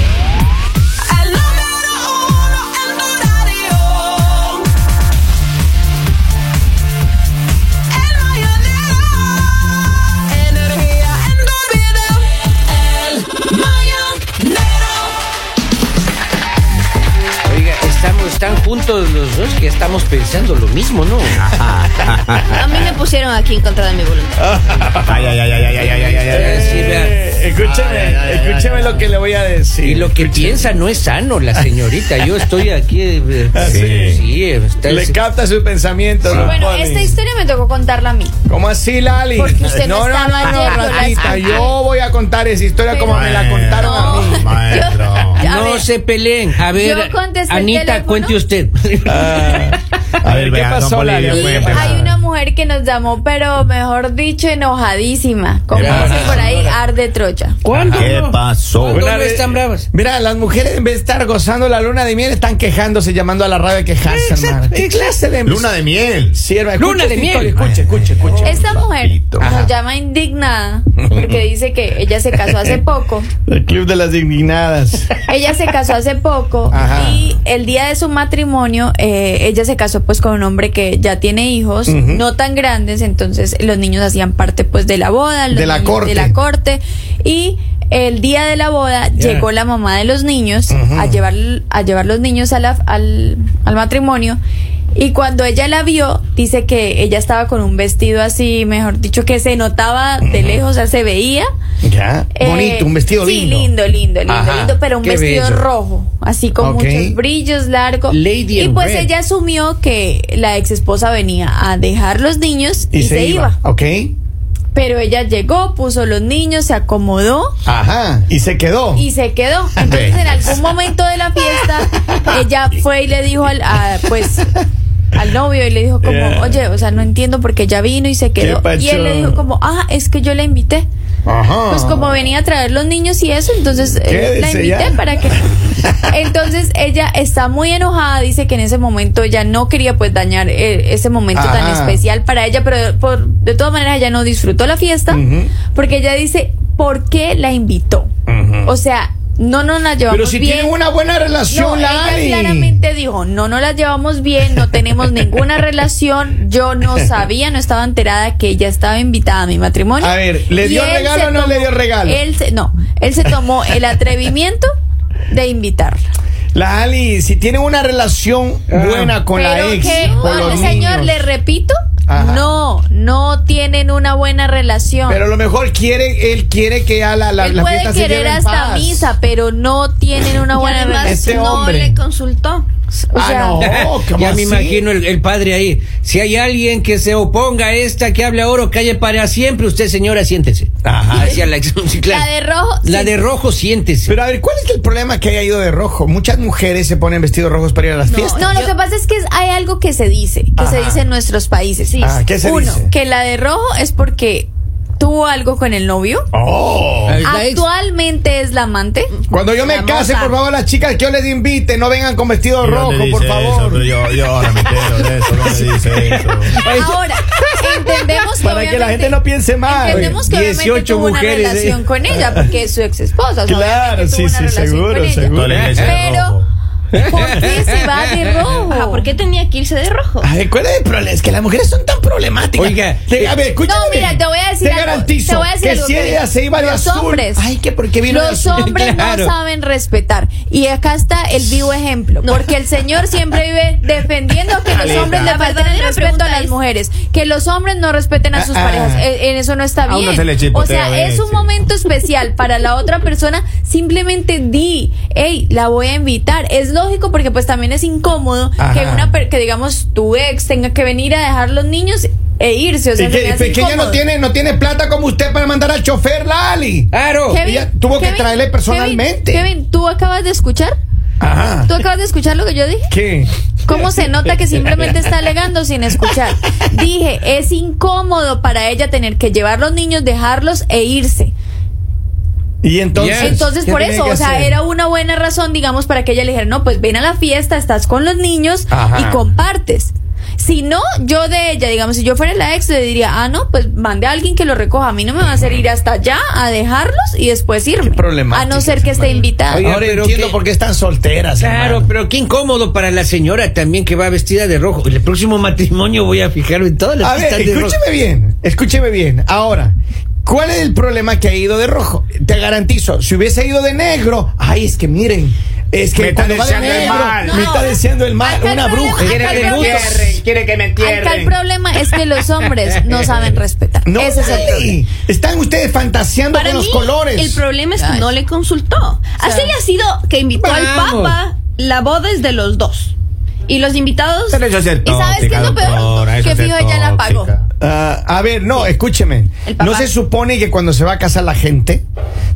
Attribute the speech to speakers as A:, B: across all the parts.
A: El número uno en tu radio. El mañanero. Energía en tu vida. El mañanero.
B: Oiga, estamos tan juntos los dos que estamos pensando lo mismo, ¿no?
C: Ah,
D: A mí me pusieron aquí en contra de mi voluntad.
C: Ay, ay, ay, ay, ay, ay, ay, ay, ay, ay.
B: Sí, vea.
C: Escúcheme,
B: Ay, ay, ay,
C: escúcheme
B: ay,
C: eh, lo que le voy a decir.
B: Y lo que piensa no es sano, la señorita. Yo estoy aquí. eh,
C: Ah, Sí.
B: sí, eh, está-
C: Le capta sus pensamientos. don
D: Bueno,
C: Poli.
D: esta historia me tocó contarla a mí.
C: ¿Cómo así, Lali?
D: Porque usted
C: no,
D: no
C: no,
D: estaba
C: no, no,
D: viendo las-
C: ratita. Yo voy a contar esa historia
D: Pero-
C: como me la contaron a mí.
D: No.
E: Maestro.
D: Yo- a
B: no
D: ver,
B: se peleen. A ver,
D: Yo contesté el
B: Anita,
D: teléfono.
B: cuente usted.
E: A ver,
C: ¿Qué
E: vea, don
C: pasó, Lali?
E: Bolivia,
D: Y
E: cuente.
D: hay una mujer que nos llamó, pero mejor dicho, enojadísima. Como
E: Ya.
D: dicen por ahí, arde trocha.
B: ¿Cuándo?
E: ¿Qué
B: no?
E: pasó?
B: ¿Cuándo
C: Una
B: no
C: vez-
B: están bravas?
C: Mira, las mujeres en vez de estar gozando la luna de miel están quejándose, llamando a la radio a quejarse,
B: Exacto,
C: hermano. ¿Qué clase de
E: Luna de miel.
C: Sí, hermano,
B: Luna
C: escuche
B: de
C: esta
B: miel.
C: historia, Escuche, escuche, escuche.
D: Esta mujer
E: papito.
D: nos llama indignada porque dice que ella se casó hace poco.
C: El club de las indignadas.
D: Ella se casó hace poco
C: Ajá.
D: y el día de su matrimonio eh, ella se casó pues con un hombre que ya tiene hijos, no tan grandes, entonces los niños hacían parte pues de la boda, los
C: De la
D: niños
C: corte.
D: de la corte y el día de la boda llegó la mamá de los niños a llevar a llevar los niños a la- al, al matrimonio. Y cuando ella la vio, dice que ella estaba con un vestido así, mejor dicho, que se notaba de lejos, o sea, se veía.
C: Ya.
D: Eh,
C: Bonito, un vestido
D: sí,
C: lindo.
D: lindo, lindo, lindo,
B: Ajá,
D: lindo, pero un
B: qué
D: vestido
B: bello.
D: rojo, así con
C: Ok.
D: muchos brillos, largo.
B: Lady
D: y
B: in
D: pues
B: red.
D: ella asumió que la ex esposa venía a dejar los niños y, se, iba.
C: Ok.
D: Pero ella llegó, puso los niños, se acomodó
C: Ajá. Y se quedó.
D: y se quedó. Entonces en algún momento de la fiesta ella fue y le dijo al a, pues al novio y le dijo como,
C: Yeah.
D: "Oye, o sea, no entiendo por qué ella vino y se quedó." Y él
C: pacho.
D: le dijo como, "Ah, es que yo la invité."
C: Ajá.
D: Pues como venía a traer los niños y eso, entonces eh,
C: Quédese
D: la invité
C: ya.
D: para que... Entonces ella está muy enojada, dice que en ese momento ella no quería pues dañar eh, ese momento tan
C: Ajá.
D: especial para ella, pero por, de todas maneras ella no disfrutó la fiesta
C: Ujú.
D: porque ella dice, ¿por qué la invitó?
C: Ujú.
D: O sea, no nos la llevamos
C: Pero si
D: bien.
C: tienen una buena
D: No,
C: relación,
D: ella
C: Lali.
D: claramente dijo, no, no la llevamos bien, no tenemos ninguna relación, yo no sabía, no estaba enterada que ella estaba invitada a mi matrimonio.
C: A ver, ¿le
D: Y
C: dio
D: él
C: regalo
D: se
C: o no le dio regalo?
D: Él se- no, él se tomó el atrevimiento de invitarla.
C: Lali, si tienen una relación buena con la
D: Pero
C: ex.
D: que,
C: con
D: al
C: los
D: señor,
C: niños.
D: le repito,
C: Ajá.
D: no, no tienen una buena relación.
C: Pero a lo mejor quiere, él quiere que a la, la,
D: él
C: la
D: puede
C: fiesta se
D: querer
C: lleve en
D: hasta
C: paz.
D: misa, pero no tienen una
F: Y
D: buena
F: además
D: relación.
C: Este
F: no
C: hombre.
F: le consultó.
D: O
C: Ah,
D: sea,
C: no, ¿cómo
B: ya me
C: así?
B: imagino el, el padre ahí. Si hay alguien que se oponga a esta que hable ahora o calle para siempre, usted señora, siéntese.
C: Ajá.
B: Hacia la, sí, claro.
D: La de rojo,
B: La
D: sí.
B: de rojo, siéntese.
C: Pero a ver, ¿cuál es el problema que haya ido de rojo? Muchas mujeres se ponen vestidos rojos para ir a las fiestas.
D: No, lo
B: Yo-
D: que pasa es que es- hay algo que se dice, que
C: Ajá.
D: se dice en nuestros países.
C: Ah, ¿qué se
D: Uno,
C: dice?
D: que la de rojo es porque tuvo algo con el novio.
C: Oh.
B: La ex-
D: Actualmente es la amante.
C: Cuando yo me
D: La
C: case,
D: moza.
C: por favor, las chicas que yo les invite, no vengan con vestido
E: ¿Y
C: rojo,
E: dónde
C: por
E: dice eso? Pero
C: favor.
E: Yo, yo ahora me entero de eso. ¿Dónde dice eso?
D: Ahora, entendemos que
C: Para que la
D: obviamente-
C: gente no piense mal.
D: Entendemos que obviamente
B: 18
D: tuvo una
B: mujeres,
D: relación
B: eh.
D: con ella, porque es su ex esposa.
C: Claro, sí, sí, seguro, seguro.
E: Toda la iglesia de
D: Pero-
E: rojo.
D: ¿Por qué se va de rojo?
F: Ajá, ¿Por qué tenía que irse de rojo?
A: Ah,
C: A ver, ¿cuál es el problema? Ah, Es que las mujeres son tan problemáticas.
B: Oiga,
C: Te- a ver, escúchame.
D: No, mira, te voy a decir
C: Te
D: algo,
C: garantizo
D: te voy a decir
C: que
D: algo,
C: si
D: mira,
C: ella se iba de
D: los
C: azul.
D: hombres-
C: ay, que porque vino de
D: Los
C: azul.
D: hombres
B: Claro.
D: no saben respetar. Y acá está el vivo ejemplo. Porque el señor siempre vive defendiendo que los
C: Aleta.
D: hombres le
F: La
D: faltan el
F: verdadera
D: respeto a
F: pregunta
D: las
F: es-
D: mujeres. Que los hombres no respeten a sus
C: Ah, ah.
D: parejas. E- En eso no está
E: A uno
D: bien.
E: se le
D: o
E: chipotea a
D: sea, es un
E: veces.
D: momento especial para la otra persona. Simplemente di, hey, la voy a invitar. Es lógico porque pues también es incómodo que
C: Ajá.
D: una per- que digamos tu ex tenga que venir a dejar los niños e irse. O sea,
C: Y
D: se me
C: que,
D: hace
C: y que ella no
D: incómodo.
C: tiene, no tiene plata como usted para mandar al chofer, Lali.
B: Claro.
D: Kevin,
C: Ella tuvo que traerle
D: Kevin,
C: personalmente.
D: Kevin, Kevin, ¿tú acabas de escuchar?
C: Ajá.
D: ¿Tú acabas de escuchar lo que yo dije?
C: ¿Qué?
D: ¿Cómo se nota que simplemente está alegando sin escuchar? Dije, es incómodo para ella tener que llevar los niños, dejarlos e irse.
C: Y entonces.
B: Yes.
D: Entonces,
C: ¿qué
D: por
C: tenía
D: eso,
C: que
D: o sea,
C: hacer?
D: era una buena razón, digamos, para que ella le dijera, no, pues ven a la fiesta, estás con los niños
C: Ajá.
D: y compartes. Si no, yo de ella, digamos, si yo fuera la ex, le diría, ah, no, pues mande a alguien que lo recoja. A mí no me va a hacer ir hasta allá a dejarlos y después irme.
C: problemática
D: A no ser que
C: esa
D: esté
C: madre.
D: invitada.
B: Oye,
C: Ahora
B: pero
C: entiendo
B: qué-
C: por qué están solteras.
B: Claro,
C: hermano.
B: pero qué incómodo para la señora también que va vestida de rojo. El próximo matrimonio voy a fijarme en todas las
C: A
B: que
C: ver,
B: están de rojo.
C: escúcheme bien, escúcheme bien. Ahora, ¿cuál es el problema que ha ido de rojo? Te garantizo, si hubiese ido de negro, ay, es que miren, es que
E: Me está
C: cuando va de
E: deseando el
C: negro,
E: mal.
C: me está
D: No.
C: deseando el mal,
D: Acá el
C: una
D: problema-
C: bruja.
D: acá
B: Era
D: el
B: de
D: problema-
B: Butos. Entierren,
E: quiere que me
D: Acá el problema es que los hombres no saben respetar.
C: No,
D: Ese es el
C: dale.
D: problema.
C: están ustedes fantaseando
F: Para
C: con
F: mí,
C: los colores.
F: el problema es que
D: Ay.
F: no le consultó. Así haya sido que invitó al
B: Vamos.
F: Papa, la boda es de los dos. Y los invitados.
E: Pero eso es ser
D: ¿Y sabes qué es lo
E: tóxica,
D: peor?
E: doctora, eso
D: Que
E: es ser
D: fijo ella la pagó.
E: tóxica.
C: Ah, a ver, no, escúcheme.
F: El papá.
C: No se supone que cuando se va a casar la gente,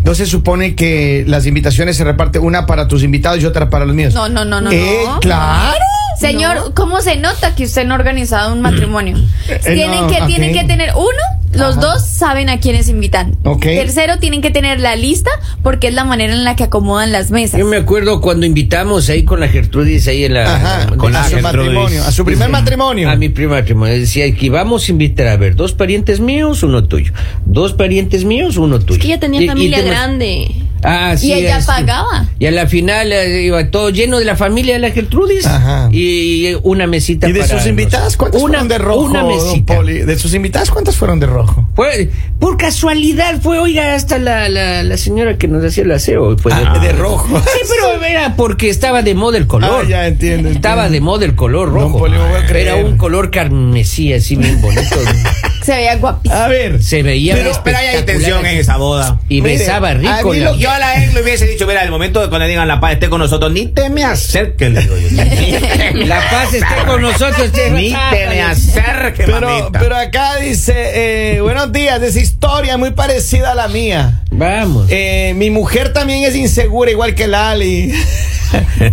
C: no se supone que las invitaciones se reparten una para tus invitados y otra para los míos.
D: No, no, no, no,
C: Eh,
D: no.
C: claro.
D: Señor, ¿cómo se nota que usted no ha organizado un matrimonio?
E: Eh,
D: tienen,
C: no,
D: que, tienen
C: ok.
D: que tener uno, los dos saben a quiénes invitan.
C: Ok.
D: Tercero, tienen que tener la lista porque es la manera en la que acomodan las mesas.
B: Yo me acuerdo cuando invitamos ahí con la Gertrudis ahí en la
C: Ajá,
E: Con
C: a
E: la
C: su
E: Gertrudis.
C: matrimonio, a su primer matrimonio.
B: A mi primer matrimonio. Decía que íbamos a invitar a ver dos parientes míos, uno tuyo. Dos parientes míos, uno tuyo.
F: Es que ella tenía
B: Y- y
F: familia
B: temas-
F: grande.
B: Ah, sí,
D: y ella
B: así.
D: pagaba.
B: Y a la final eh, iba todo lleno de la familia de la Gertrudis.
C: Ajá.
B: Y eh, una mesita
C: ¿Y de
B: para
C: sus invitadas
B: nosotros.
C: cuántas
B: una,
C: fueron de rojo?
B: Una
C: don
B: mesita.
C: Poli? ¿De sus invitadas cuántas fueron de rojo?
B: Fue- por casualidad fue, oiga, hasta la, la, la señora que nos hacía el aseo. Fue
C: Ah, de rojo.
B: Sí, pero era porque estaba de moda el color.
C: Ah, ya entiendo, entiendo.
B: Estaba de moda el color
C: Don
B: rojo.
C: Poli, me voy a
B: era
C: creer.
B: un color carmesí, así bien bonito.
D: Se veía guapísimo.
C: A ver,
B: Se veía
E: Pero, pero hay
B: espectacular.
E: intención en esa boda.
B: Y
C: Mire,
B: besaba
C: a
B: rico.
C: mí
B: la-
C: lo que-
E: Yo a la ex le hubiese dicho, mira, el momento de cuando digan la paz esté con nosotros, ni te me acerques, le digo yo.
B: La paz esté con nosotros. che.
E: Ni te me acerques,
C: pero,
E: mamita.
C: pero acá dice, eh, buenos días, es historia muy parecida a la mía.
B: Vamos.
C: Eh, mi mujer también es insegura, igual que Lali.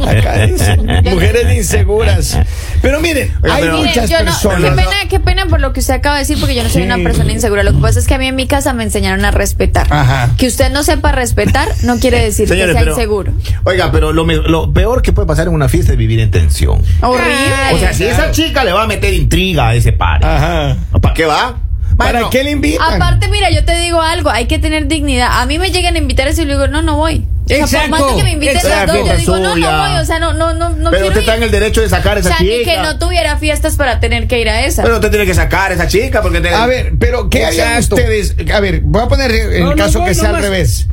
C: Acá dice, mujeres inseguras. Pero miren,
E: Oye,
C: hay
E: pero-
D: Mire,
C: muchas
D: yo no-
C: personas.
D: qué pena, qué pena por lo que usted acaba de decir, porque yo no soy una persona insegura. Lo que pasa es que a mí en mi casa me enseñaron a respetar.
C: Ajá.
D: Que usted no sepa respetar no quiere decir
E: Señores,
D: que sea
E: pero-
D: inseguro.
E: Oiga, pero lo, me- lo peor que puede pasar en una fiesta es vivir en tensión.
D: Horrible.
E: O sea, si esa chica le va a meter intriga a ese par,
C: Ajá.
E: ¿para qué va?
C: Ah. ¿Para
E: Bueno,
C: qué le invitan?
D: Aparte, mira, yo te digo algo, hay que tener dignidad. A mí me llegan a invitar eso y yo digo, no, no voy. O sea,
B: Exacto,
D: por más que me inviten
B: exacto.
D: las dos, yo digo, no, no
E: Suya.
D: voy. O sea, no, no, no, no
E: pero
D: quiero
E: usted
D: ir.
E: está en el derecho de sacar a
D: O
E: esa
D: sea,
E: chica.
D: ni que no tuviera fiestas para tener que ir a esa.
E: Pero usted tiene que sacar a esa chica porque te-
C: A ver, pero ¿qué harían
B: Exacto.
C: ustedes? A ver, voy a poner el
B: No, no,
C: caso
B: voy
C: que sea al
B: nomás.
C: revés.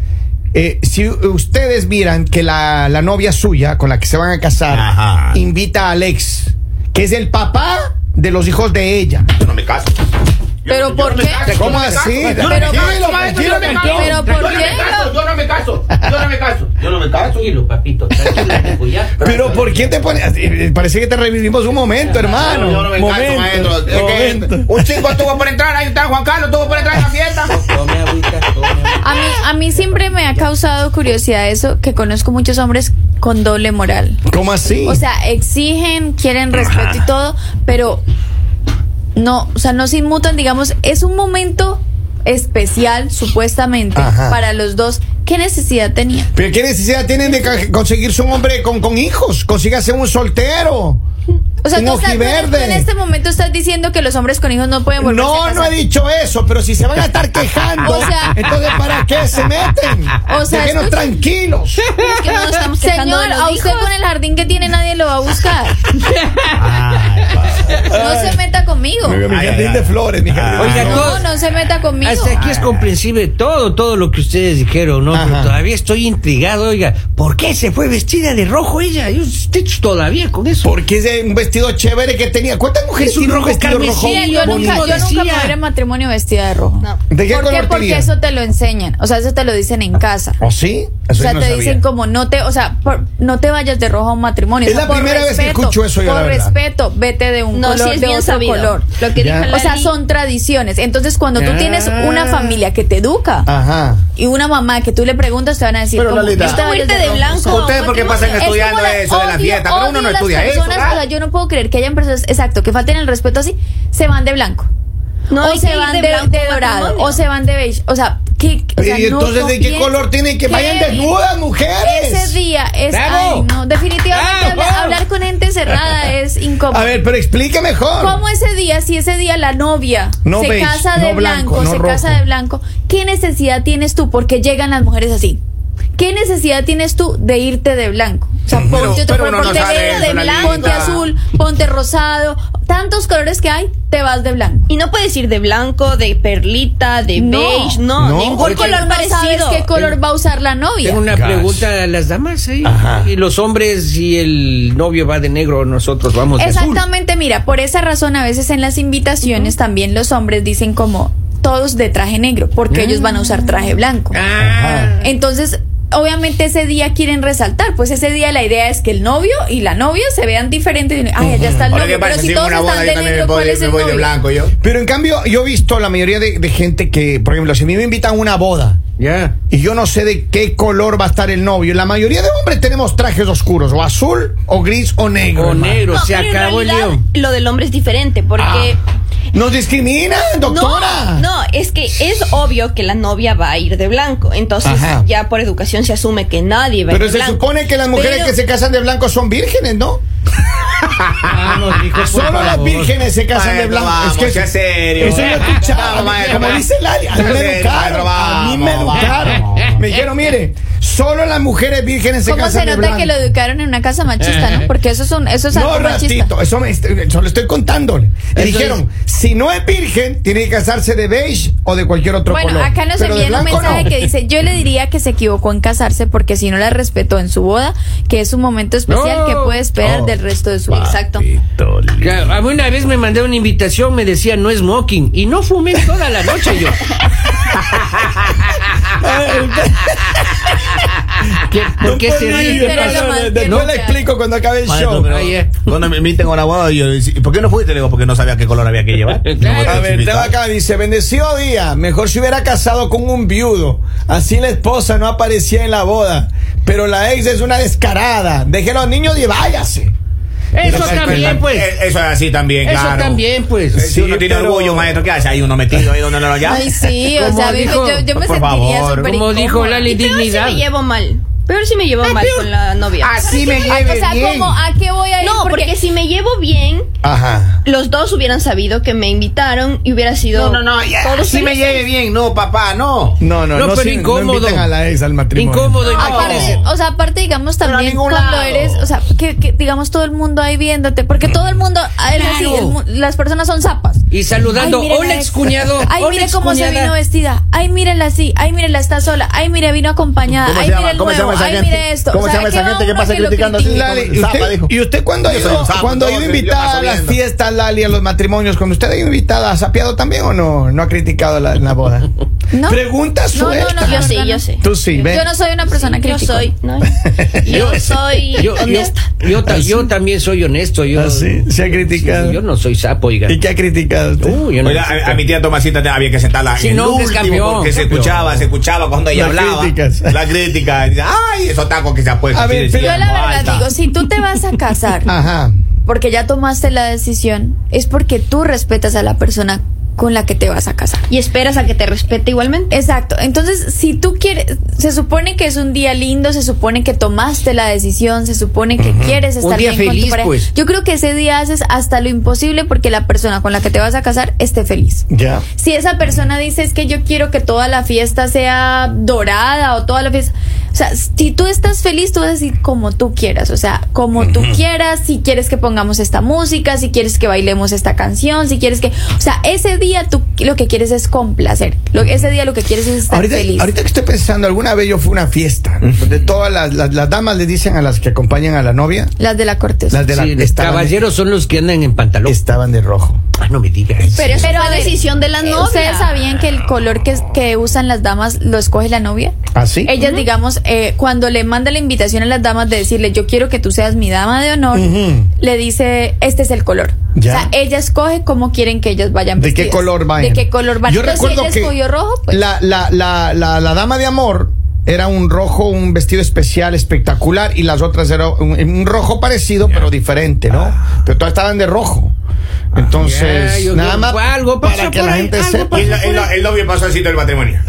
C: Eh, si ustedes miran que la, la novia suya con la que se van a casar
E: Ajá.
C: invita a Alex, que es el papá de los hijos de ella.
E: Yo no me caso. Yo
D: ¿Pero
E: no- yo
D: por
E: no me
D: qué?
E: caso,
C: ¿Cómo
E: yo no me
C: así?
E: caso. Yo
D: Pero
E: no me
D: por-
E: caso, maestro, yo no me caso.
D: pero por
E: Yo no me
D: qué
E: caso, Yo no me caso. Yo no me caso. Yo no me caso.
B: Tranquilo, papito, tranquilo, hijo, ya.
C: Pero ¿por qué te pones? eh, Parece que te revivimos un momento, hermano.
E: Yo no me caso,
C: Ah, Momento,
E: maestro. Es que
C: momento.
E: un chico estuvo por entrar, ahí está Juan Carlos, estuvo por entrar en la fiesta.
B: Tome agüita, tome agüita.
D: A mí, a mí siempre me ha causado curiosidad eso, que conozco muchos hombres con doble moral.
C: ¿Cómo así?
D: O sea, exigen, quieren respeto y todo, pero no, o sea, no se inmutan, digamos, es un momento especial, supuestamente,
C: Ajá.
D: para los dos. ¿Qué necesidad tenía?
C: ¿Pero qué necesidad tienen de ca- conseguirse un hombre con, con hijos? Consígase un soltero.
D: O sea,
C: un
D: tú, estás- tú en- tú
C: ojiverde.
D: en este momento estás diciendo que los hombres con hijos no pueden volver
C: No, no he dicho eso, pero si se van a estar quejando,
D: O sea-
C: entonces ¿para qué se meten?
D: O sea,
C: Déjenos
D: escucha-
C: tranquilos.
F: Es que no nos estamos quejando
D: Señor,
F: de los
D: a usted
F: hijos.
D: con el jardín que tiene nadie lo va a buscar. No se meta conmigo.
E: Mi
C: Ay,
E: jardín
C: ay,
E: de
C: ay.
E: flores, mi jardín de
C: Oiga,
B: Oiga,
D: No,
B: todos-
D: no se meta conmigo.
B: Hasta
C: Este
B: aquí es comprensible todo, todo lo que ustedes dijeron, ¿no? Pero
C: Ajá.
B: todavía estoy intrigado, oiga, ¿por qué se fue vestida de rojo ella? Yo estoy todavía con eso.
C: porque es de un vestido chévere que tenía. ¿Cuántas mujeres
B: Es un
C: tienen
B: rojo
C: vestido
B: carmesí,
C: rojo?
D: Sí, yo nunca, yo
B: Bonito.
D: nunca me veré en matrimonio vestida de rojo.
F: No.
C: ¿De qué
D: ¿Por qué?
C: color
D: Porque
C: tenía?
D: eso te lo enseñan. O sea, eso te lo dicen en casa.
C: ¿O sí?
D: O
C: Eso
D: sea,
C: yo no
D: te
C: sabía.
D: dicen como no te, o sea, por- no te vayas de rojo a un matrimonio.
C: Es
D: O sea,
C: la
D: por
C: primera vez que
D: respeto,
C: escucho eso yo,
D: Por
C: la verdad.
D: respeto, vete de un
F: No,
D: color
F: sí es
D: de
F: bien
D: otro
F: sabido.
D: color.
F: Lo que
C: Ya.
F: dijo
D: O sea,
F: Lali-
D: son tradiciones. Entonces, cuando tú
B: Ah.
D: tienes una familia que te educa
C: Ajá.
D: y una mamá que tú le preguntas, te van a decir,
E: Pero,
D: como,
E: Lalita,
D: "No te vayas
F: Irte de
D: rojo".
F: blanco.
E: ¿Ustedes por qué
F: matrimonio.
E: pasan
D: Es
E: estudiando
D: como la-
E: eso de la
D: odio-
E: fiesta? Pero uno
D: odio
E: no
D: las
E: estudia eso.
D: personas,
E: ¿verdad?
D: o sea, yo no puedo creer que hayan personas, exacto, que falten el respeto así, se van de blanco.
F: No,
D: o
F: hay
D: se
F: que ir
D: van de,
F: de blanco
D: de
F: al
D: dorado,
F: matrimonio.
D: o se van de beige. O sea, ¿qué, o sea, no
C: ¿Y entonces de qué
D: confíen.
C: color tienen que
D: ¿Qué?
C: vayan desnudas, mujeres?
D: Ese día es.
B: ¡Bravo!
D: ay, no, definitivamente
B: ¡Bravo!
D: habla- hablar con gente cerrada es ¿cómo?
C: A ver, pero explique mejor.
D: ¿Cómo ese día, si ese día la novia
C: No
D: se
C: beige,
D: casa de
C: no
D: blanco,
C: blanco, no
D: se casa
C: rojo.
D: de blanco, qué necesidad tienes tú? Porque llegan las mujeres así. ¿Qué necesidad tienes tú de irte de blanco? O sea,
C: Pero-
D: ponte otro
E: pero uno
D: color, ponte
E: no sabe
D: negro,
E: eso,
D: de blanco,
E: Lalita.
D: ponte azul, ponte rosado, tantos colores que hay, te vas de blanco.
F: Y no puedes ir de blanco, de perlita, de
D: No.
F: beige, no,
C: No,
F: ningún
C: porque
F: color
D: no sabes
F: parecido.
D: qué color va a usar la novia.
B: Tengo una
C: Gosh.
B: pregunta a las damas ahí.
C: Ajá.
B: Y los hombres, si el novio va de negro, nosotros vamos de azul.
D: Exactamente, mira, por esa razón a veces en las invitaciones también los hombres dicen como todos de traje negro, porque ellos van a usar traje blanco.
B: Ah,
D: Entonces, obviamente ese día quieren resaltar, pues ese día la idea es que el novio y la novia se vean diferentes. y, Ay, allá está el
E: Ahora, ¿qué
D: novio, pero
E: pasa? Si
D: si
E: en
D: todos
E: una boda
D: están
E: yo
D: de
E: también me
D: negro, ¿cuál
E: voy,
D: es
E: me
D: el
E: voy de
D: novio?
E: blanco yo.
C: Pero en cambio, yo he visto la mayoría de, de gente que, por ejemplo, si a mí me invitan a una boda
B: ya.
C: y yo no sé de qué color va a estar el novio, la mayoría de hombres tenemos trajes oscuros, o azul, o gris, o
B: O
C: negro. hermano.
B: negro,
F: No,
B: se
F: pero en
B: acabó el
F: realidad,
B: lío.
F: Lo del hombre es diferente porque
C: Ah, Nos discriminan, doctora.
F: No, no, es que es obvio que la novia va a ir de blanco. Entonces,
C: Ajá.
F: ya por educación se asume que nadie va a
C: Pero
F: ir
C: se
F: de blanco.
C: supone que las mujeres
F: Pero-
C: que se casan de blanco son vírgenes, ¿no?
B: Vamos, mijo, Ah, pues, por
C: Ah, Solo las
B: favor.
C: vírgenes se casan
E: Maestro,
C: de blanco.
E: vamos,
C: es que
E: sea serio.
C: Eso yo he escuchado.
E: Vamos,
C: A mí-
E: maestro,
C: como
E: va.
C: dice Lali, a mí
E: Sea
C: me
E: serio,
C: educaron.
E: maestro,
C: A mí me
E: vamos,
C: educaron.
E: vamos.
C: Me dijeron, mire, solo las mujeres vírgenes se
D: ¿Cómo
C: casan
D: se
C: de
D: nota
C: blanco.
D: que lo educaron en una casa machista, no? Porque eso es un, eso es
C: No,
D: algo machista.
C: ratito, eso, me, eso lo estoy contándole. Y
B: Eso
C: dijeron, si no es virgen, tiene que casarse de beige o de cualquier otro
D: Bueno,
C: color.
D: acá nos
C: Pero de
D: envían un
C: blanco,
D: mensaje
C: no.
D: que dice, yo le diría que se equivocó en casarse porque si no la respetó en su boda, que es un momento especial
B: No.
D: que puede esperar
C: Oh,
D: del resto de su vida.
F: Exacto.
B: Ya, a mí una vez me mandé una invitación, me decía no smoking y no fumé toda la noche yo. ¿Qué, ¿Por qué se
C: Pero
B: ríe?
D: Pero lo
C: después-
D: más-
C: Después
D: no.
C: le explico cuando acabe el
E: Maestro,
C: show.
E: pero
B: Ayer.
E: cuando me inviten a una boda, yo decía, ¿y ¿por qué no fuiste? Le digo, porque no sabía qué color había que llevar.
B: Claro.
C: A ver, estaba acá, dice, bendecido día, mejor se hubiera casado con un viudo, así la esposa no aparecía en la boda, pero la ex es una descarada, deje a los niños y váyase.
B: Eso también,
E: Eh,
B: pues.
E: Eso es así también,
B: Eso
E: claro.
B: también, pues.
E: Eh, Si
C: Sí,
E: uno tiene
C: pero-
E: orgullo, maestro, ¿qué hace? Hay uno metido ahí donde no lo llama.
D: Ay, sí, o
B: Como
D: sea, a mí me-
B: dijo-
D: yo, yo me
E: por
D: sentiría
E: favor,
D: súper
B: Como dijo
D: incómoda.
B: Lali,
F: Y peor si
B: dignidad.
F: me llevo mal. Peor si me llevo mal con la novia.
E: Ah,
C: Así me
D: Ay, o sea, como, ¿a qué voy a ir?
F: No, porque... si me llevo bien,
C: Ajá.
F: los dos hubieran sabido que me invitaron y hubiera sido. Todos
E: si me
F: felices.
E: lleve bien, no, papá, no.
C: No,
B: No,
C: no, no,
B: pero
C: se- no
B: incómodo.
C: invitan a la ex al matrimonio.
B: Incómodo,
D: Aparte,
B: imagínese.
D: o sea, aparte digamos también
C: ningún
D: cuando
C: lado.
D: eres, o sea, que, que, digamos todo el mundo ahí viéndote, porque todo el mundo, ah, es así,
B: Claro.
D: el mu- las personas son zapas.
B: Y saludando,
D: Ay, miren
B: hola
D: a
B: ex
D: ex.
B: cuñado.
D: Ay,
B: hola,
D: mire cómo se
B: excuñada".
D: vino vestida. Ay, mírenla así. Ay, mírenla está sola. Ay, mire, vino acompañada.
E: ¿Cómo
D: Ay,
E: se llama?
D: mire el
E: ¿Cómo se
D: nuevo.
E: llama esa
D: Ay,
E: gente?
D: mire esto.
E: ¿cómo
D: O
E: se
D: sea,
E: llama esa
D: ¿qué va
E: gente que
D: uno
E: pasa
D: que lo
E: criticando así?
D: critica?
C: Lali,
E: Como
C: ¿y
E: zapa,
C: usted,
E: dijo.
C: y usted cuando ha
E: Yo soy
C: ido,
E: un zapa,
C: cuando ha
E: todo,
C: ido
E: yo paso
C: invitada a las
E: viendo.
C: fiestas, Lali, a los matrimonios, cuando usted ha ido invitada, ¿ha sapeado también o no? ¿No ha criticado la, la boda?
D: No.
C: Pregunta
D: No, no, no,
C: suelta.
F: Yo
D: no,
F: sí,
D: no,
F: yo
D: no.
F: sí.
C: Tú sí, ven.
D: Yo no soy una persona
F: Yo
D: crítica.
F: soy. ¿no? Yo soy
B: Yo, yo,
F: honesta.
B: yo ta- yo también soy honesto. Yo,
C: Ah, sí, se ha criticado.
B: Sí, yo no soy sapo, oiga.
C: ¿Y qué ha criticado usted?
B: Uh, yo no
E: Oiga,
B: soy
E: a, a
B: sapo.
E: mi tía Tomasita te- había que sentarla
B: Sí,
E: en el
B: no, pues,
E: último
B: campeón,
E: porque se
B: campeón.
E: escuchaba, se escuchaba cuando ella
C: Las
E: hablaba.
C: críticas.
E: La crítica. Ay, esos tacos que se ha puesto.
C: A ver,
E: decía,
C: pero-
D: Yo la verdad
E: "Alta".
D: digo, si tú te vas a casar
E: Ah.
C: Ajá.
D: porque ya tomaste la decisión, es porque tú respetas a la persona con la que te vas a casar.
F: Y esperas a que te respete igualmente.
D: Exacto. Entonces, si tú quieres, se supone que es un día lindo, se supone que tomaste la decisión, se supone que quieres estar
B: día
D: bien con tu
B: feliz,
D: pareja.
B: pues.
D: Yo creo que ese día haces hasta lo imposible porque la persona con la que te vas a casar esté feliz.
C: Ya.
D: Si esa persona dice es que yo quiero que toda la fiesta sea dorada o toda la fiesta. O sea, si tú estás feliz, tú vas a decir como tú quieras. O sea, como tú quieras, si quieres que pongamos esta música, si quieres que bailemos esta canción, si quieres que. O sea, ese día tú lo que quieres es complacer. Lo- ese día lo que quieres es estar
C: Ahorita,
D: feliz.
C: ahorita que estoy pensando, alguna vez yo fui a una fiesta ¿no? donde todas las, las- las damas le dicen a las que acompañan a la novia,
D: Las de la cortesía.
C: las de la
B: Sí, los
C: estaban,
B: caballeros son los que andan en pantalón.
C: estaban de rojo.
B: Ah, no me digas.
F: Pero es
D: Pero,
F: una
D: a ver,
F: decisión de la
D: Eh,
F: novia.
D: ¿Ustedes sabían que el color que, que usan las damas lo escoge la novia?
C: ¿Así?
D: Ellas, digamos, eh, cuando le manda la invitación a las damas de decirle, yo quiero que tú seas mi dama de honor,
C: Ujú.
D: le dice, este es el color.
C: Ya.
D: O sea, ella escoge cómo quieren que ellas vayan
C: ¿De qué
D: vestidas.
C: color van?
D: ¿De qué color van?
C: Yo
D: Entonces,
C: recuerdo
D: si ella
C: que
D: escogió rojo, pues...
C: la, la, la, la, la dama de amor era un rojo, un vestido especial, espectacular, y las otras era un, un rojo parecido, pero diferente, ¿no? Pero todas estaban de rojo. Entonces,
B: Ah. Ya, yo-
C: nada
B: yo-
C: más
B: algo pasó
C: para que
B: por
C: la
B: ahí,
C: gente
B: algo
C: sepa.
E: Y la- el, el novio pasó al sitio del matrimonio.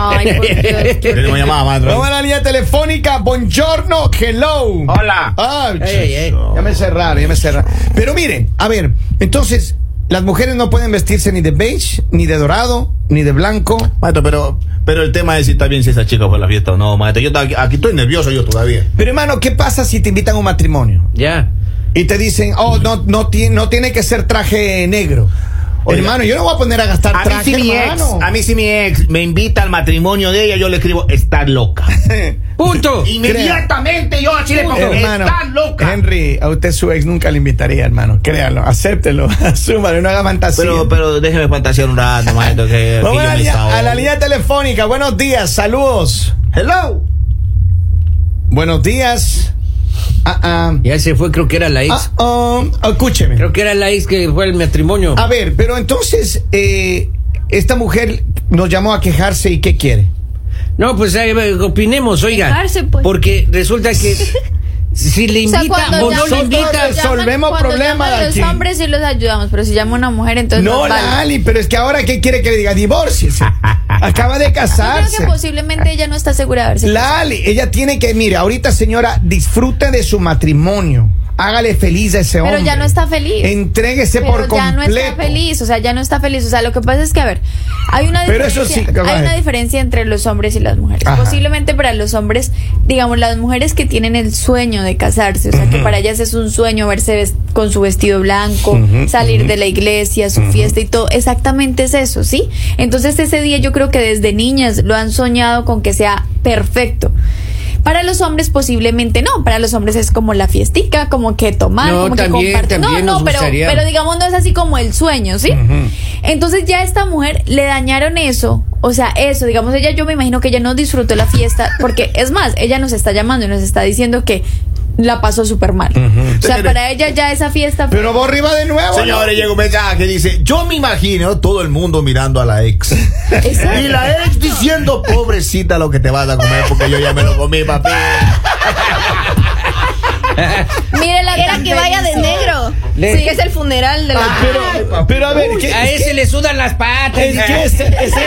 D: Ay, por Dios.
E: Yo no me llamaba
C: Vamos a
E: maestro.
C: la línea telefónica. Buongiorno, hello.
E: Hola.
C: Ah,
B: Ey, ey.
C: Ya me cerraron, ya me cerraron. Pero miren, a ver, entonces, las mujeres no pueden vestirse ni de beige, ni de dorado, ni de blanco.
E: Maestro, pero, pero el tema es si está bien si esa chica fue a la fiesta o no, maestro. Yo estaba aquí, aquí estoy nervioso yo todavía.
C: Pero hermano, ¿qué pasa si te invitan a un matrimonio?
B: Ya.
C: Y te dicen, oh, no, no, ti- no tiene que ser traje negro.
E: Oiga.
C: hermano, yo no voy a poner a gastar
E: A mí,
C: traje,
E: si mi ex,
C: hermano.
E: a mí si mi ex me invita al matrimonio de ella, yo le escribo, está loca.
B: Punto.
E: Inmediatamente yo así le pongo,
C: hermano,
E: está loca.
C: Henry, a usted su ex nunca le invitaría, hermano. Créalo, acéptelo, asúmalo, no haga fantasía.
E: Pero, pero déjeme fantasear un rato, maestro, que, que
C: Vamos
E: yo
C: a la,
E: me
C: línea-
E: desahogo.
C: a la línea telefónica. Buenos días, saludos.
E: Hello.
C: Buenos días. Ah, ah.
B: Ya se fue, creo que era la ex.
C: Ah, um, escúcheme.
B: Creo que era la ex que fue el matrimonio.
C: A ver, pero entonces, eh, esta mujer nos llamó a quejarse y ¿qué quiere?
B: No, pues eh, opinemos, oiga.
F: Quejarse, pues.
B: Porque resulta que si le
D: O sea,
B: invita
D: cuando
B: o no
D: llaman-
B: le
C: nosotros
B: invita.
D: cuando llaman-
C: resolvemos
D: cuando
C: problemas
D: llaman
C: de
D: los
C: aquí.
D: hombres sí los ayudamos, pero si llama una mujer, entonces
C: no,
D: nos vale.
C: la Ali, pero es que ahora ¿qué quiere que le diga? Divórciese. Acaba de
D: Yo creo
C: casarse.
D: que pues, posiblemente ella no está segura de verse.
C: La Ali, ella tiene que, mire, ahorita señora, disfrute de su matrimonio. Hágale feliz a ese
D: Pero
C: hombre.
D: ya no está feliz.
C: Entréguese
D: pero
C: por completo.
D: ya no está feliz, o sea, ya no está feliz. O sea, lo que pasa es que, a ver, hay una
C: Pero eso
D: diferencia,
C: sí, capaz.
D: hay una diferencia entre los hombres y las mujeres.
C: Ajá.
D: Posiblemente para los hombres, digamos, las mujeres que tienen el sueño de casarse, o sea, que para ellas es un sueño verse ves- con su vestido blanco, salir de la iglesia, su fiesta y todo, exactamente es eso, ¿sí? Entonces ese día yo creo que desde niñas lo han soñado con que sea perfecto. Para los hombres posiblemente no, para los hombres es como la fiestica, como que tomar,
B: No,
D: como
B: también-
D: que compartir. No,
B: también
D: no,
B: nos
D: pero,
B: gustaría.
D: pero digamos, no es así como el sueño, ¿sí? Entonces ya a esta mujer le dañaron eso, o sea, eso, digamos, ella yo me imagino que ella no disfrutó la fiesta, porque es más, ella nos está llamando y nos está diciendo que la pasó súper mal. O sea, para ella ya esa fiesta fue...
C: Pero vos arriba de nuevo.
E: Señores, llega un mensaje que dice, yo me imagino todo el mundo mirando a la ex.
D: Exacto.
E: Y la ex diciendo, pobrecita lo que te vas a comer porque yo ya me lo comí, papi.
D: Mírela
F: Era
D: tan
F: que vaya de
D: feliz.
F: negro.
B: Le-
F: Sí, que es el funeral de la.
C: Pero, pero a ver, ¿qué,
B: A ese le sudan las patas.
C: Es que ese, ese-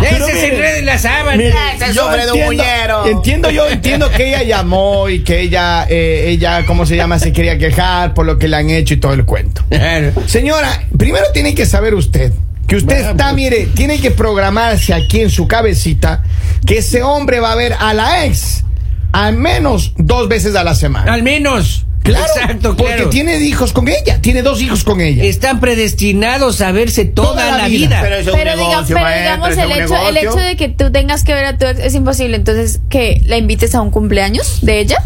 B: ese se
C: mire,
B: enreda en las sábanas.
C: mire,
E: es
C: yo
E: hombre de un
C: entiendo,
E: muñero.
C: entiendo yo entiendo que ella llamó y que ella eh, ella cómo se llama se quería quejar por lo que le han hecho y todo el cuento.
B: Claro.
C: Señora, primero tiene que saber usted que usted
B: pues.
C: está, mire, tiene que programarse aquí en su cabecita que ese hombre va a ver a la ex al menos dos veces a la semana.
B: Al menos.
C: Claro,
B: Exacto,
C: porque
B: claro.
C: tiene hijos con ella, tiene dos hijos con ella.
B: Están predestinados a verse toda, la, vida.
E: eso
D: Pero, diga- pero digamos, el hecho, el hecho de que tú tengas que ver a tu ex es imposible. Entonces, que la invites a un cumpleaños de ella,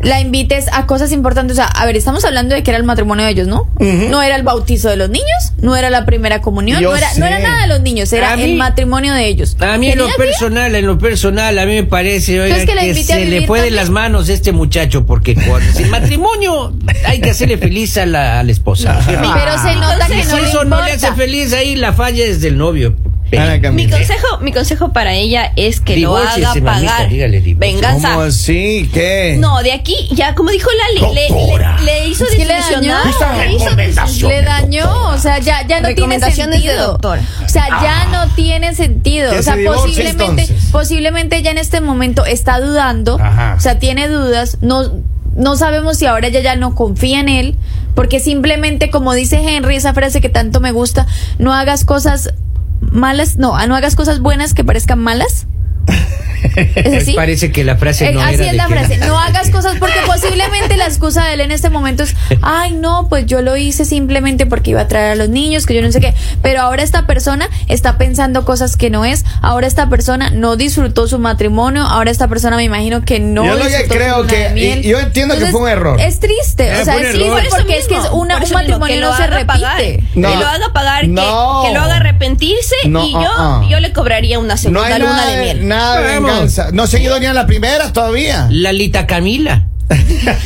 D: la invites a cosas importantes. O sea, a ver, estamos hablando de que era el matrimonio de ellos, ¿no? No era el bautizo de los niños, no era la primera comunión,
C: Yo
D: no era, no era
C: sé.
D: nada de los niños,
B: A
D: era
B: mí-
D: el matrimonio de ellos.
B: A mí en lo
D: Tenía que-
B: personal, en lo personal, a mí me parece oiga,
D: ¿Crees
B: que,
D: que la invite a
B: se le
D: vivir
B: fue de
D: también?
B: las manos este muchacho porque con sin matrimonio hay que hacerle feliz a la, a la esposa. ¿cierto?
D: Pero se nota que no
B: si
D: le
B: eso no le hace
D: importa.
B: feliz ahí la falla es del novio.
C: Ana
F: Mi
C: Camila.
F: consejo, mi consejo para ella es que
B: Divórciese,
F: lo haga
B: mamita,
F: pagar.
B: dígale, divórciese.
F: Venganza.
C: ¿Cómo así? ¿Qué?
F: No, de aquí, ya como dijo Lali, le,
E: Doctora.
F: le, le hizo
D: Es que le
F: desilusionar.
D: dañó.
F: le hizo
D: Le dañó, o sea, ya, ya no tiene
F: Recomendaciones de
D: sentido.
F: doctora.
D: O sea, ya no tiene sentido.
C: Ah. Que
D: O sea,
C: se divorcie,
D: posiblemente,
C: entonces.
D: posiblemente ya en este momento está dudando,
C: Ajá.
D: o sea, tiene dudas, no, no sabemos si ahora ella ya no confía en él, porque simplemente, como dice Henry, esa frase que tanto me gusta, no hagas cosas malas, no, ah, no hagas cosas buenas que parezcan malas. ¿Es así?
B: Parece que la frase
D: Eh,
B: no
D: así
B: era
D: es
B: de
D: la
B: que-
D: frase. No hagas cosas porque posiblemente la excusa de él en este momento es, ay, no, pues yo lo hice simplemente porque iba a traer a los niños, que yo no sé qué. Pero ahora esta persona está pensando cosas que no es. Ahora esta persona no disfrutó su matrimonio. Ahora esta persona me imagino que no.
C: Yo lo que
D: disfrutó su
C: creo
D: luna
C: que-
D: de miel.
C: y- yo entiendo que fue un error.
D: Es triste,
B: Eh,
D: o sea,
B: fue un error.
D: es triste
F: Por
D: porque
F: eso
D: es que es
F: mismo,
D: una,
F: por
D: un
F: eso mismo,
D: matrimonio
F: que
D: no
F: lo
D: se
F: haga
D: repite.
F: pagar,
C: No.
F: Que lo haga pagar,
C: No.
F: que, que lo haga arrepentirse
C: No,
F: y yo,
C: ah, ah.
F: yo le cobraría una
C: No
F: segunda
C: hay
F: luna
C: nada
F: de miel.
C: nada de
B: Vamos.
C: venganza. No se ha ido ni a la primera todavía.
B: Lalita Camila.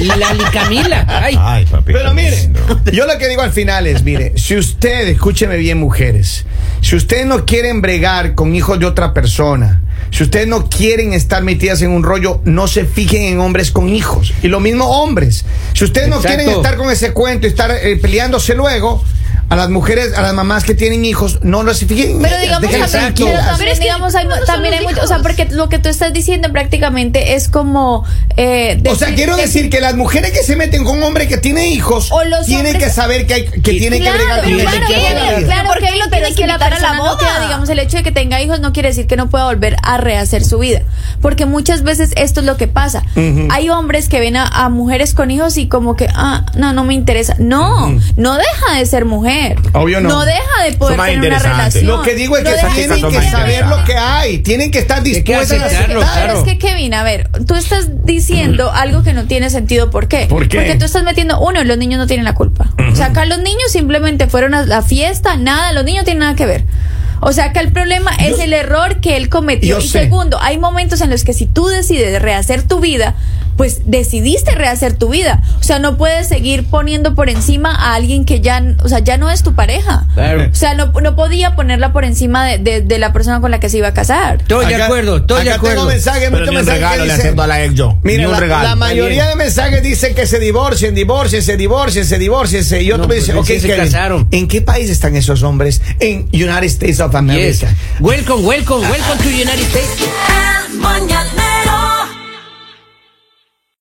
B: Lali Camila. Ay.
E: papi.
C: Pero mire, yo lo que digo al final es, mire, si usted, escúcheme bien mujeres, si ustedes no quieren bregar con hijos de otra persona, si ustedes no quieren estar metidas en un rollo, no se fijen en hombres con hijos. Y lo mismo hombres. Si ustedes no
B: Exacto.
C: quieren estar con ese cuento y estar eh, peleándose luego, a las mujeres, a las mamás que tienen hijos, no los fijen.
D: Pero digamos
C: Déjenlas
D: también,
C: tranquilas.
D: pero también,
F: Pero es que
D: digamos, hay,
F: nosotros
D: también hay
F: somos
D: mucho, o sea,
F: hijos.
D: porque lo que tú estás diciendo prácticamente es como... eh,
C: O sea,
D: decir-
C: quiero decir que las mujeres que se meten con un hombre que tiene hijos
D: O los
C: tienen
D: hombres-
C: que saber que, hay, que tienen
F: Claro,
C: que bregar con
F: pero
C: eso.
F: claro,
C: toda la
F: claro,
C: vida.
D: Claro,
F: ¿por qué
D: Kevin,
F: lo
D: pero
F: tiene
D: es
F: que
D: la
F: invitar a la
D: persona no
F: boda?
D: queda, digamos, el hecho de que tenga hijos no quiere decir que no pueda volver a rehacer su vida. Porque muchas veces esto es lo que pasa. Hay hombres que ven a, a mujeres con hijos y como que, ah, no, no me interesa. No, no deja de ser mujer.
C: Obvio no.
D: No deja de poder
E: más
D: tener una
E: interesantes.
D: relación.
C: Lo que digo es
D: No
C: que
D: deja-
E: esas
C: tienen
E: son
C: que
E: más
C: saber lo
E: interesantes.
C: que hay, tienen que estar
B: que
C: dispuestas a
B: aceptarlo,
C: aceptar.
B: claro.
D: Pero es que Kevin, a ver, tú estás diciendo algo que no tiene sentido. ¿Por qué?
C: Mm. ¿Por qué?
D: Porque tú estás metiendo uno, los niños no tienen la culpa. O sea, acá los niños simplemente fueron a la fiesta, nada, los niños no tienen nada que ver. O sea, acá el problema es el error que él cometió.
C: yo
D: Y
C: sé.
D: segundo, hay momentos en los que si tú decides rehacer tu vida, pues decidiste rehacer tu vida. O sea, no puedes seguir poniendo por encima a alguien que ya, o sea, ya no es tu pareja.
B: Claro.
D: O sea, no, no podía ponerla por encima de- de- de la persona con la que se iba a casar.
B: Estoy de
C: Acá-
B: acuerdo, estoy de
C: acá
B: acuerdo.
C: Tengo mensajes,
E: Pero
C: muchos
E: ni un
C: mensajes que
E: regalo le
C: dicen-
E: acepto a la ex yo.
C: Mira,
E: ni un
C: la,
E: regalo.
C: la mayoría de mensajes dicen que se divorcien, divorcien, se divorcien, se divorcien. se- Y
B: No,
C: otro me
B: pues,
C: dice,
B: sí
C: ok,
B: se
C: Kevin,
B: casaron.
C: ¿en qué país están esos hombres? En United States of
B: Yes.
C: America.
B: Welcome, welcome, welcome to United States.
A: I